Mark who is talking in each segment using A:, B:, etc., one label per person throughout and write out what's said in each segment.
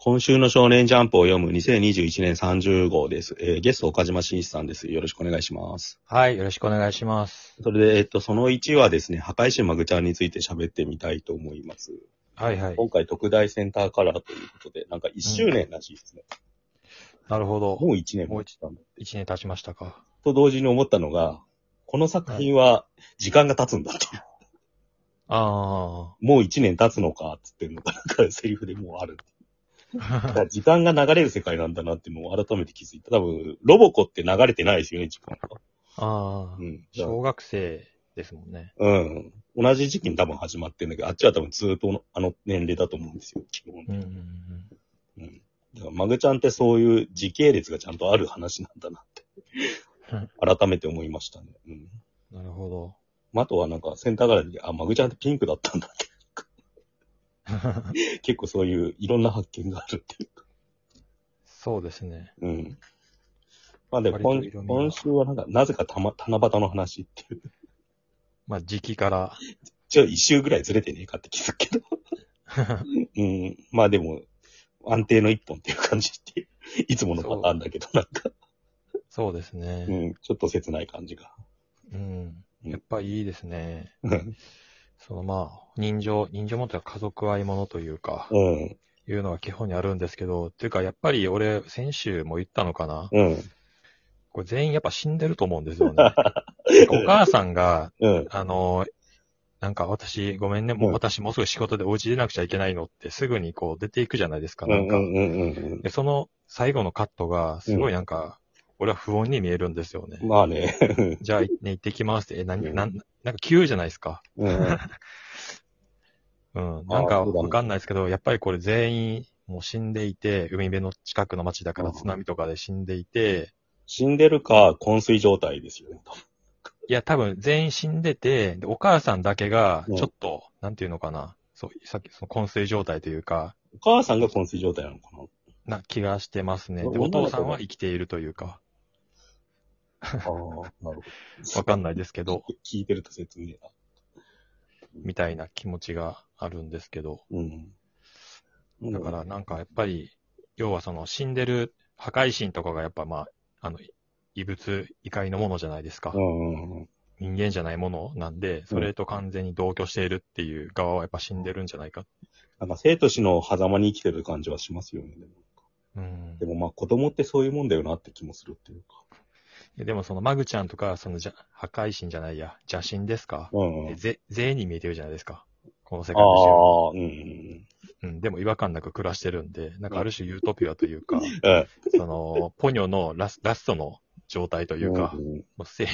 A: 今週の少年ジャンプを読む2021年30号です。えーゲスト岡島真一さんです。よろしくお願いします。
B: はい、よろしくお願いします。
A: それで、えっと、その1はですね、破壊神マグちゃんについて喋ってみたいと思います。
B: はいはい。
A: 今回特大センターカラーということで、なんか1周年らしいですね。
B: なるほど。
A: もう1年
B: もう
A: 一年。
B: 一年経ちましたか。
A: と同時に思ったのが、この作品は時間が経つんだと。
B: あ
A: もう1年経つのか、つってんのが、 なんかセリフでもうある。 だか
B: あ。
A: ら時間が流れる世界なんだなっていうのを改めて気づいた。多分、ロボコって流れてないですよね、時間が。
B: ああ
A: う。ん。だから
B: 小学生ですもんね。
A: うん。同じ時期に多分始まってんだけど、あっちは多分ずっとのあの年齢だと思うんですよ、基本。
B: うんうん
A: うん。だから、マグちゃんってそういう時系列がちゃんとある話なんだなって、改めて思いましたね。うん。
B: うん。なるほど。
A: まああとはなんか、センターガラで、あ、マグちゃんってピンクだったんだって、結 構そういういろんな発見があるっていうか。
B: そうですね。
A: うん。まあでも
B: 割と
A: 今、
B: 色味が
A: 今週はなんか、なぜかたま、七夕の話っていう。
B: まあ、時期から。
A: ちょ、一周ぐらいずれてねえかって気づくけど。うん。まあでも、安定の一本っていう感じっていう、いつものパターンだけど、なんか、
B: そうです
A: う
B: ね。
A: ん、ちょっと切ない感じが。
B: うん。
A: うん
B: やっぱいいですね。
A: うん
B: そのまあ、人情、人情もっていうか家族愛ものというか、
A: うん、
B: いうのが基本にあるんですけど、というかやっぱり俺、先週も言ったのかな
A: うん、
B: これ全員やっぱ死んでると思うんです よね。なんかお母さんが、
A: うん、
B: あの、なんか私、ごめんね、
A: う
B: も
A: ん
B: う私もうすぐ仕事でお家出なくちゃいけないのってすぐにこう出ていくじゃないですか、
A: う
B: なん
A: ん、
B: か。
A: うん、うん。
B: で、その最後のカットが、すごいなんか、俺は不穏に見えるんですよね。
A: まあね、
B: じゃあ、ね、行ってきますって、え、な
A: うん
B: ん、なん、なんか急じゃないですか。
A: うん、
B: うん。なんか
A: あそうだね
B: わかんないですけど、やっぱりこれ全員、もう死んでいて、海辺の近くの町だから津波とかで死んでいて、
A: 死んでるか、昏睡状態ですよね。
B: いや、多分全員死んでて、でお母さんだけが、
A: うん
B: ちょっと、なんていうのかな。そう、さっきその昏睡状態というか、
A: お母さんが昏睡状態なのか
B: な気がしてますね。
A: お
B: で、
A: 女
B: お
A: の子
B: 父さんは生きているというか、
A: なああ、なるほど。
B: わかん
A: な
B: ないですけど、。
A: 聞いてると説明だ。
B: みたいな気持ちがあるんですけど。
A: うん。
B: だから、なんかやっぱり、要はその死んでる破壊神とかがやっぱまあ、あの、異物、異界のものじゃないですか
A: う。ん、うん、うん。
B: 人間じゃないものなんで、それと完全に同居しているっていう側はやっぱ死んでるんじゃないか。
A: なんか生と死の狭間に生きてる感じはしますよね。でも
B: うん
A: で。もまあ子供ってそういうもんだよなって気もするっていうか。
B: でもそのマグちゃんとか、そのじゃ破壊神じゃないや、邪神ですか、
A: うん、うん。
B: ぜ全員に見えてるじゃないですか。この世界の中で
A: ああ、うんうん
B: うん、でも違和感なく暮らしてるんで、なんかある種ユートピアという か、
A: うん。
B: その、ポニョのラスラストの状態というか、
A: んん
B: もうせ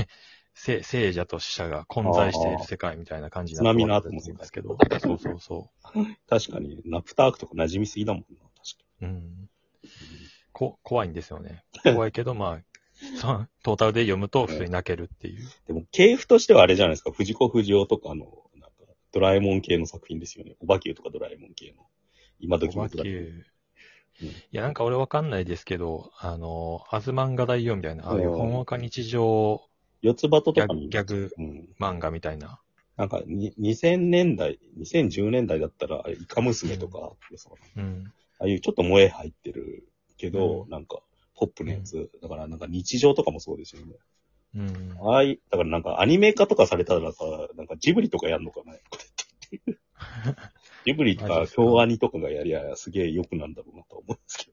B: せ聖者と死者が混在している世界みたいな感じ
A: 津波の後
B: と
A: も
B: 思う
A: そうんで
B: ですす
A: け
B: け
A: ど
B: ど、そうそうそ
A: 確かに、ナプタークとか馴染みすぎだもんな、確
B: う。うん。こ、怖いんですよね。怖いけど、まあ、そうトータルで読むと普通に泣けるっていう。
A: かに。でも、系譜としてはあれじゃないですか、藤子不二雄とかの、なんか、ドラえもん系の作品ですよね。おばきゅうとかドラえもん系の。今時
B: お
A: の
B: ば
A: ドラえもん。
B: い
A: うん
B: や、なんか俺わかんないですけど、あの、アズマンガ大王みたいな、ああいう
A: うん
B: 本わか日常
A: 四つ葉と
B: ギ
A: と
B: ャ
A: か
B: グ
A: に。
B: ギャグ
A: うん。
B: 漫画みたいな。
A: なんか、に2000年代、2010年代だったら、あれイカ娘とか、そう
B: うん。
A: ああいうちょっと萌え入ってるけど、
B: うん
A: なんか、ポップなやつ。だから、なんか日常とかもそうですよね。
B: うん。
A: ああい、だからなんかアニメ化とかされたらさ、なんかジブリとかやんのかな これって。ジブリと
B: マジ
A: か
B: ですか
A: 京アニとかがやりゃすげえ良くなんだろうなとは思うんですけ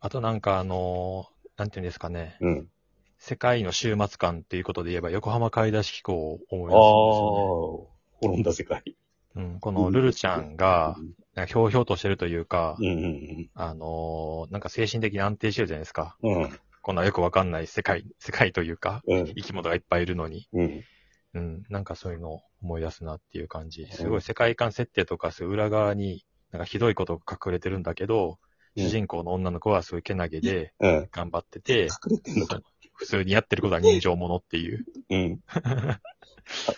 B: あとなんかあの、なんていうんですかね、
A: ど。うん。
B: 世界の終末感っていうことで言えば横浜買い出し機構を思い
A: ああ
B: 出す
A: ー、滅ん
B: んですよね。
A: だ世界。
B: うん、このルルちゃんが、なんかひょうひょうとしてるというか
A: う、んうん
B: あのーなんか精神的に安定してるじゃないですか。
A: うん。うん
B: こんなよくわかんない世界、 世界というか、
A: うん
B: 生き物がいっぱいいるのに、
A: うん。
B: うん、なんかそういうのを思い出すなっていう感じ。すごい世界観設定とか、そういう裏側に、なんかひどいことが隠れてるんだけど、
A: うん
B: 主人公の女の子はすごいけなげで
A: うん。
B: 頑張ってて、
A: 隠れてんのか
B: 普通にやってることは人情ものっていう。
A: うん。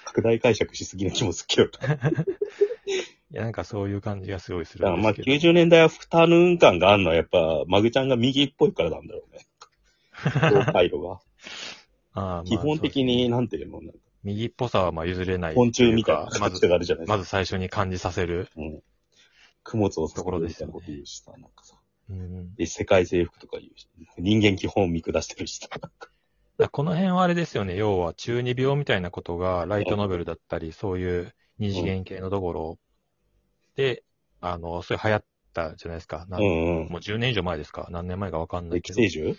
A: 拡大解釈しすぎな気もするけど。だ
B: いや、なんかそういう感じがすごいする
A: か
B: ん
A: ら
B: で
A: まあ
B: すけど。
A: 90年代アフタヌーン感があるのはやっぱ、マグちゃんが右っぽいからなんだろうね。回路 が。
B: ああ
A: 基本的。
B: まあそうですね
A: に、なんていうの、なんか
B: 右っぽさはまあ譲れない。
A: 昆虫みたいな
B: まず
A: 形、があるじゃないですか
B: まず最初に感じさせる。
A: うん供物を
B: ところです
A: たい
B: よ
A: な
B: ね
A: こと言うしさ、なんかさ。
B: うん
A: で、世界征服とか言うし、人間基本見下してるしさ、なんか。
B: だこの辺はあれですよね、要は中二病みたいなことが、ライトノベルだったり、そういう二次元系のところで、あの、そういう流行ったじゃないですか。な
A: うんんうん。
B: もう10年以上前ですか何年前かわかんないけ
A: 液
B: ど。
A: 生獣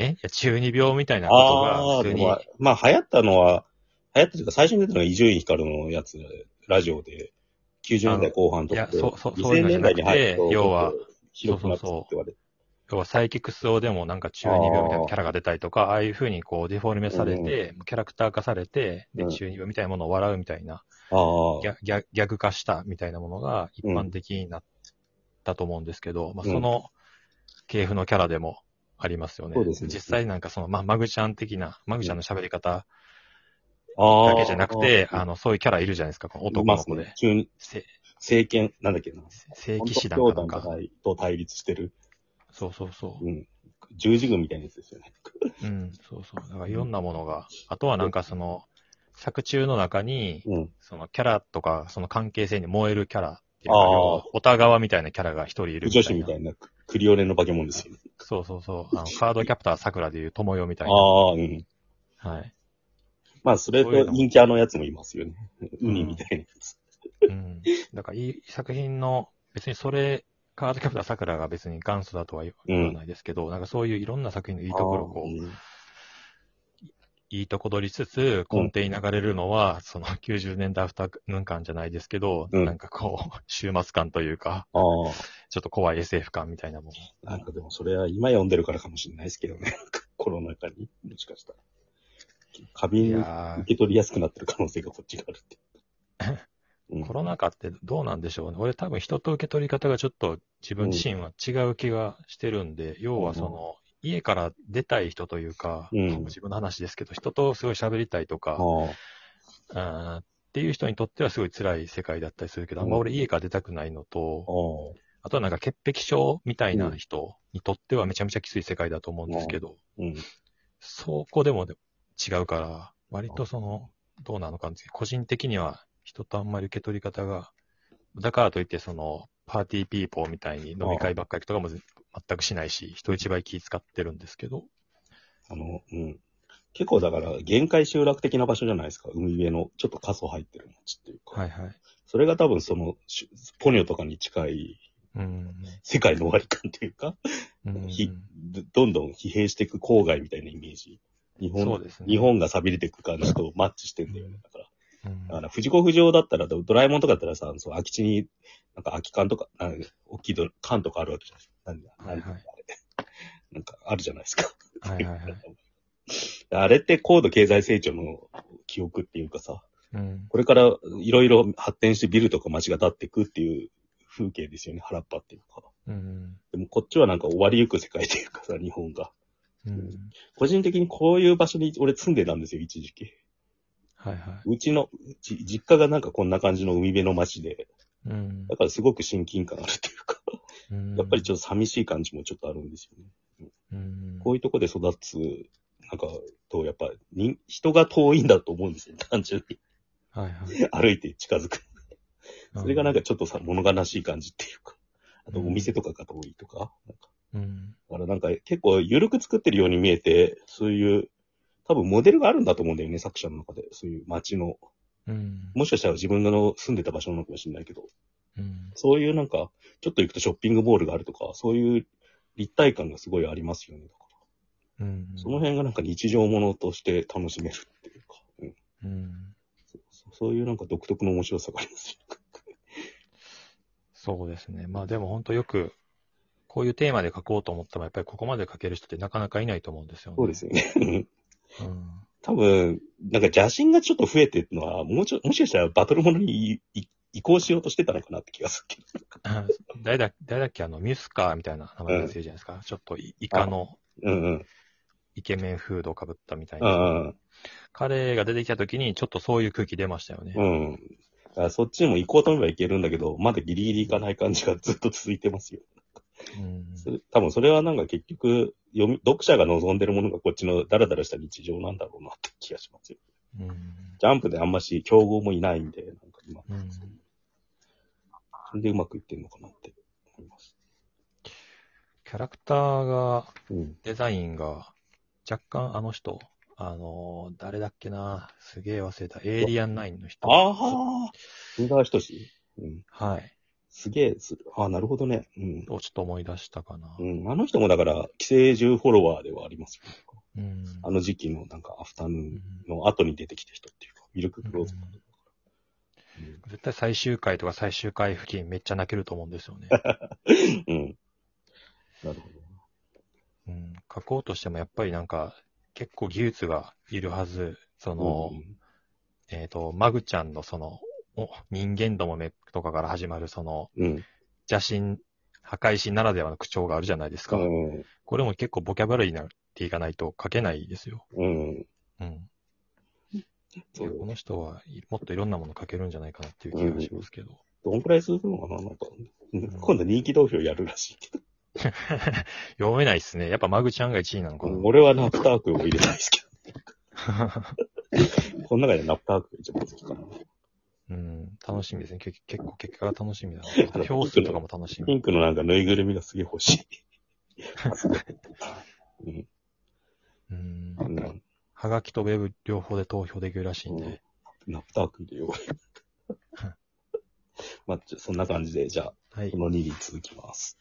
B: えいや中二病みたいなこ
A: あ
B: とが、
A: あ
B: 普
A: ー、
B: 通
A: で
B: に
A: も、まあ流行ったのは、流行ったというか最初に出たのが伊集院光のやつ、ラジオで、90年代後半とか
B: あのいやそうそうそういう
A: 2000
B: のじゃ
A: 年
B: な
A: 代
B: くて
A: に入ると、
B: 要は、
A: 広くなってって言われて。
B: 要はサイキックスをでもなんか中二病みたいなキャラが出たりとか、ああいう風にこうデフォルメされて、キャラクター化されて、で
A: うん
B: 中二病みたいなものを笑うみたいな、
A: あ
B: ギャギャギャグ化したみたいなものが一般的になったと思うんですけど、まあ、
A: うん
B: その系譜のキャラでもありますよね。
A: そうですね
B: 実際なんかその、まあ、マグちゃん的な、マグちゃんの喋り方
A: あ。ああ。
B: だけじゃなくて、あ
A: の、
B: の、そういうキャラいるじゃないですか、この
A: い
B: 男
A: ま
B: の
A: す
B: 子で
A: ね。。急に
B: せ
A: 政権、なんだっけな。
B: 正
A: 本
B: 規
A: 当
B: 師団かなん
A: 教
B: か。
A: 団と対立してる。
B: そうそうそう。
A: うん。十字軍みたいなやつですよね。
B: うん、そうそう。だからいろんなものが、あとはなんかその、作中の中に、
A: うん。
B: そのキャラとか、その関係性に燃えるキャラっていう
A: あ
B: か
A: ー、
B: 要はオタ側みたいなキャラが一人いる
A: 女子みたいな、ククリオネの化け物ですよね。
B: そうそうそう。あの、カードキャプター桜でいう友よみたい
A: あ
B: な。
A: あ、うん。
B: はい。
A: まあ、それと陰キャのやつもいますよね。ウニみたいなやつ。
B: うん。だからいい作品の、別にそれ、カードキャプター桜が別に元祖だとは言
A: うん
B: わないですけど、なんかそういういろんな作品のいいところをこう、
A: あーうん
B: いいとこ取りつつ、根底に流れるのは、その90年代アフタヌーン感じゃないですけど、
A: うん
B: なんかこう、終末感というか、
A: あ
B: ちょっと怖い SF 感みたいなも
A: あ。なんかでもそれは今読んでるからかもしれないですけどね。コロナ禍に、もしかしたら。過
B: の。い
A: 敏に
B: や
A: 受け取りやすくなってる可能性がこっちがあるって。う
B: ー、
A: ん
B: コロナ禍ってどうなんでしょうね。俺多分人と受け取り方がちょっと自分自身は違う気がしてるんで、要はその、家から出たい人というか、
A: うん
B: 多分自分の話ですけど、人とすごい喋りたいと
A: あ
B: か、
A: あ。
B: あーっていう人にとってはすごい辛い世界だったりするけど、あんま俺家から出たくないのと、
A: ああ。
B: あとはなんか潔癖症みたいな人にとってはめちゃめちゃきつい世界だと思うんですけど、
A: うん。
B: そこでもで違うから、割とその、どうなのかな個人的には人とあんまり受け取り方が、だからといってその、パーティーピーポーみたいに飲み会ばっかり行くとかもぜ全くしないし、人一倍気使ってるんですけど、
A: あの、うん。結構だから、限界集落的な場所じゃないですか。海辺の、ちょっと過疎入ってる町っていうか。
B: はいはい。
A: それが多分その、しポニョとかに近い
B: うん。
A: 世界の終わり感っていうか、
B: うん
A: ひどどんどん疲弊していく郊外みたいなイメージ。日本、
B: そうですね。
A: 日本が錆びれていく感じとマッチしてんだよね。だから、
B: うん、
A: だから富士子不条だったら、ドドラえもんとかだったらさ、その空き地に、なんか空き缶とか、なんか大きいド缶とかあるわけじゃないですか。なんだ、
B: はいはい
A: あれ。なんかあるじゃないですか。
B: はいはいはい。
A: あれって高度経済成長の記憶っていうかさ、
B: うん。
A: これからいろいろ発展してビルとか街が建っていくっていう風景ですよね、原っぱっていうか。
B: うん。
A: でもこっちはなんか終わりゆく世界っていうかさ、日本が。
B: うん。
A: 個人的にこういう場所に俺住んでたんですよ、一時期。
B: はいは
A: うちの、うち実家がなんかこんな感じの海辺の街で、
B: い。うん
A: だ。からすごく親近感あるっていうか、やっぱりちょっと寂しい感じもちょっとあるんですよね。
B: うん、
A: こういうとこで育つ、なんか、と、やっぱ、人、人が遠いんだと思うんですよ、単純に。
B: はいはい。
A: 歩いて近づく。それがなん
B: か、
A: かちょっとさ、物悲しい感じっていうか。あと、
B: うん
A: お店とかが遠いとか。なんか
B: うん。
A: だからなんか、結構、緩く作ってるように見えて、そういう、多分モデルがあるんだと思うんだよね、作者の中で。そういう街の。
B: うん。
A: もしかしたら自分の住んでた場所なのかもしれないけど、
B: うん
A: そういうなんか、ちょっと行くとショッピングモールがあるとか、そういう立体感がすごいありますよね。だから
B: うん。
A: その辺がなんか日常ものとして楽しめるっていうか、うん、
B: うん。
A: そそういうなんか独特の面白さがありますよ。
B: そうですね。まあでも本当よく、こういうテーマで書こうと思っても、やっぱりここまで書ける人ってなかなかいないと思うんですよね。
A: そうですよね。うん
B: うん。
A: 多分、なんか邪神がちょっと増えてるのは、もうちょ、もしかしたらバトルものにいい移行しようとしてたのかなって気がするけ
B: 誰だ、誰だっけ、あの、ミュスカーみたいな名前のやついるじゃないですか。ちょっとイイカの
A: ど。うんうん。
B: イケメンフードをかぶったみたい
A: うん
B: な。
A: うん
B: 彼が出てきた時に、ちょっとそういう空気出ましたよね。
A: うん。うん。だからそっちにも行こうと思えば行けるんだけど、まだギリギリ行かない感じがずっと続いてますよ。
B: うん
A: それ多分それはなんか結局、読み、読者が望んでるものがこっちのダラダラした日常なんだろうなって気がしますよ。
B: うん。
A: ジャンプであんまし競合もいないんで、なんか今。
B: うん
A: それでうまくいってんのかなって思います。
B: キャラクターが、
A: うん。
B: デザインが、若干あの人、あのー誰だっけな、すげえ忘れた、エイリアン9の人。
A: ああ三沢仁志うん。
B: はい。
A: すげえする。ああ、なるほどね。うん。
B: をちょっと思い出したかな。
A: うん、あの人もだから、寄生獣フォロワーではありますよ、
B: うん。
A: あの時期のなんかアフタヌーンの後に出てきた人っていうか、ミルククローズの人だから
B: 絶対最終回とか最終回付近めっちゃ泣けると思うんですよね。
A: うん。うん。なるほど。
B: うん、書こうとしてもやっぱりなんか、結構技術がいるはず、その、えっ、と、マグちゃんのその、お人間どもめとかから始まるその、
A: うん。うん。
B: 邪神、破壊神ならではの口調があるじゃないですか。
A: うん。
B: これも結構ボキャブラリーになっていかないと書けないですよ。
A: うん。
B: うん。い
A: そ
B: や
A: う
B: この人はいもっといろんなもの書けるんじゃないかなっていう気がしますけど。
A: どんくらいするのかななんか、うん今度人気投票やるらしいけど。
B: 読めないっすね。やっぱマグちゃんが1位なのか
A: うん俺はナプタークを入れたいですけ
B: な。
A: ど、この中でナプタークが一番好きかな。
B: うん、楽しみですね。結結構結果が楽しみだ な。票数とかも楽し
A: ピ
B: み。
A: ンクのなんかぬいぐるみがすげえ欲しい。うん
B: うん。
A: うん。
B: はがきとウェブ両方で投票できるらしいん
A: うん
B: で。
A: ナプターク入れよう。 まあ、ちょそんな感じで、じゃあ、
B: はい
A: こ。の2に続きます。